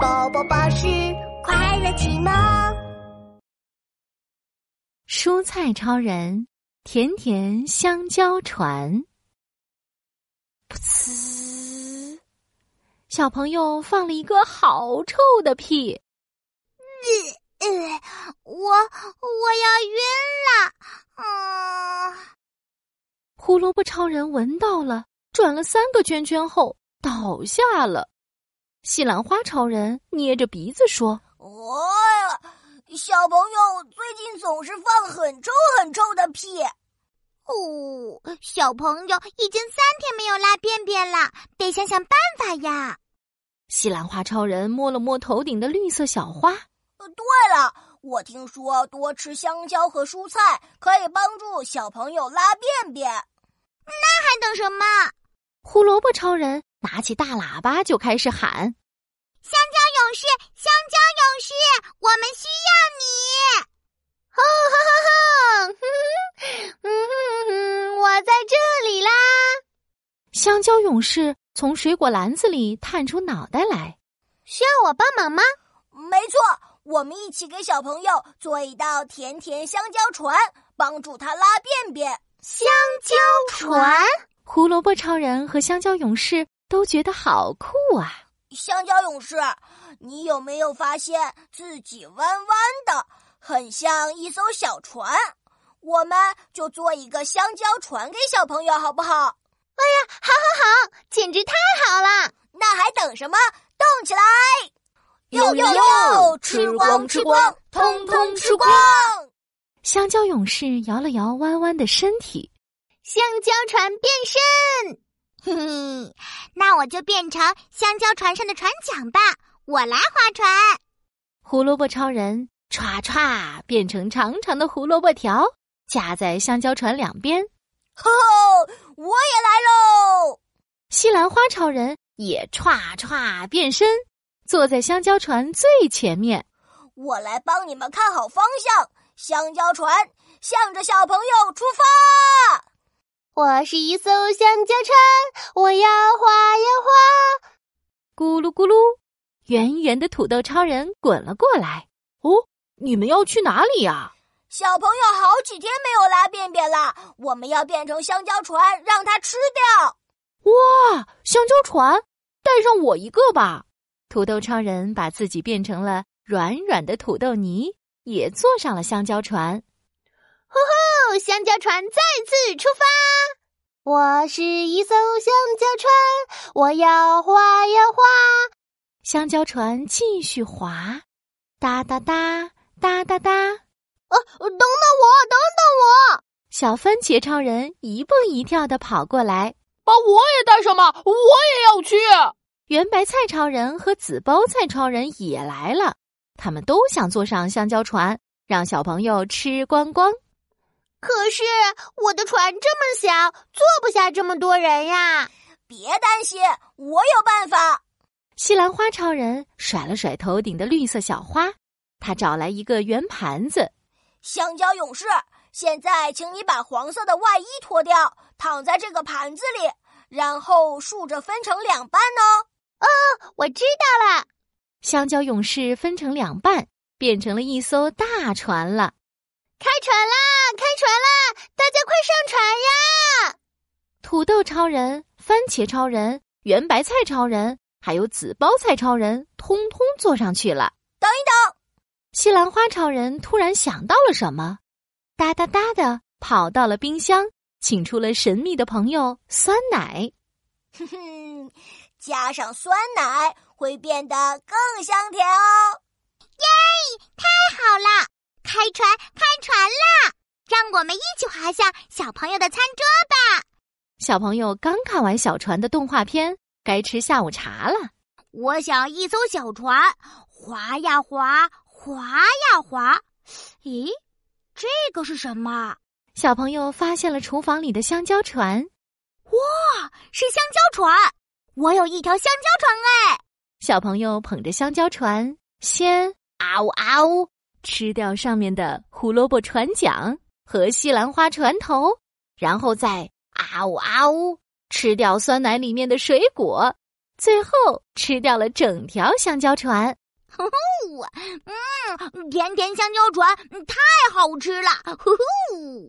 宝宝巴士快乐启蒙。蔬菜超人，甜甜香蕉船。噗呲，小朋友放了一个好臭的屁，呃，我我要晕了，嗯、胡萝卜超人闻到了，转了三个圈圈后倒下了。西兰花超人捏着鼻子说哦，小朋友最近总是放很臭很臭的屁，哦，小朋友已经三天没有拉便便了，得想想办法呀。：“西兰花超人摸了摸头顶的绿色小花，呃对了，我听说多吃香蕉和蔬菜可以帮助小朋友拉便便。还等什么？胡萝卜超人拿起大喇叭就开始喊。”勇士，香蕉勇士，我们需要你！吼吼吼吼！嗯嗯，我在这里啦！香蕉勇士从水果篮子里探出脑袋来。需要我帮忙吗？没错，我们一起给小朋友做一道甜甜香蕉船，帮助他拉便便。香蕉船，胡萝卜超人和香蕉勇士都觉得好酷啊！香蕉勇士，你有没有发现自己弯弯的，很像一艘小船？我们就做一个香蕉船给小朋友，好不好？简直太好了！那还等什么？动起来！呦呦呦吃光吃光通通吃光！香蕉勇士摇了摇弯弯的身体，香蕉船变身，嘿嘿，那我就变成香蕉船上的船桨吧，我来划船。胡萝卜超人歘歘变成长长的胡萝卜条，架在香蕉船两边。 吼吼，我也来喽！西兰花超人也歘歘变身，坐在香蕉船最前面。我来帮你们看好方向。香蕉船向着小朋友出发。我是一艘香蕉船，我要划呀划。咕噜咕噜，圆圆的土豆超人滚了过来。哦，你们要去哪里呀、小朋友好几天没有拉便便了，我们要变成香蕉船，让它吃掉。哇，啊香蕉船，带上我一个吧。土豆超人把自己变成了软软的土豆泥，也坐上了香蕉船。哦，香蕉船再次出发！我是一艘香蕉船，我要划呀划。香蕉船继续滑，哒哒哒哒哒哒。呃，等等我，等等我，小番茄超人一蹦一跳的跑过来，把我也带上吧，我也要去。圆白菜超人和紫包菜超人也来了，他们都想坐上香蕉船，让小朋友吃光光。可是我的船这么小，坐不下这么多人呀。别担心，我有办法。西兰花超人甩了甩头顶的绿色小花，他找来一个圆盘子，香蕉勇士，现在请你把黄色的外衣脱掉，躺在这个盘子里，然后竖着分成两半哦。我知道了，香蕉勇士分成两半，变成了一艘大船了。开船啦，开船啦，大家快上船呀！土豆超人、番茄超人、圆白菜超人，还有紫包菜超人，通通坐上去了。等一等，西兰花超人突然想到了什么，哒哒哒的跑到了冰箱，请出了神秘的朋友酸奶。哼 哼，加上酸奶会变得更香甜哦。太好了，开船，开船啦！让我们一起滑向小朋友的餐桌。小朋友刚看完小船的动画片，该吃下午茶了。我想要一艘小船，划呀划，划呀划。咦，这个是什么？小朋友发现了厨房里的香蕉船，是香蕉船。我有一条香蕉船哎！小朋友捧着香蕉船，先啊呜啊呜吃掉上面的胡萝卜船桨和西兰花船头，然后再啊呜啊呜吃掉酸奶里面的水果，最后吃掉了整条香蕉船。嗯，甜甜香蕉船嗯太好吃了，呼呼。